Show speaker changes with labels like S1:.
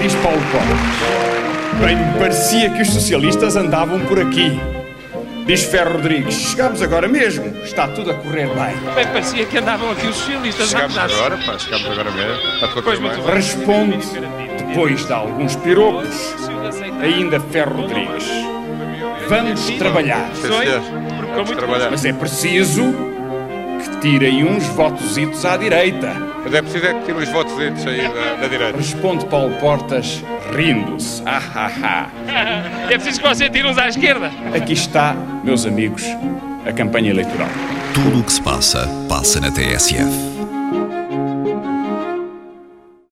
S1: diz Paulo Covas. Bem, me parecia que os socialistas andavam por aqui. Diz Ferro Rodrigues, chegamos agora mesmo, está tudo a correr bem.
S2: Bem, parecia que andavam aqui os socialistas a
S3: Chegámos
S2: andar.
S3: agora, pá, chegámos agora mesmo. Está tudo a
S2: Pois,
S3: correr
S2: muito
S3: bem.
S2: bem.
S1: Responde, depois de alguns piropos, ainda Ferro Rodrigues. Vamos trabalhar.
S3: Sim, senhor. Vamos
S2: muito
S3: trabalhar.
S1: Mas é preciso que tirem uns votositos à direita.
S3: Mas é preciso é que tire os votos dentes aí da, da direita.
S1: Responde Paulo Portas, rindo-se. Ah, ah, ah.
S2: É preciso que você tire uns à esquerda.
S1: Aqui está, meus amigos, a campanha eleitoral.
S4: Tudo o que se passa, passa na TSF.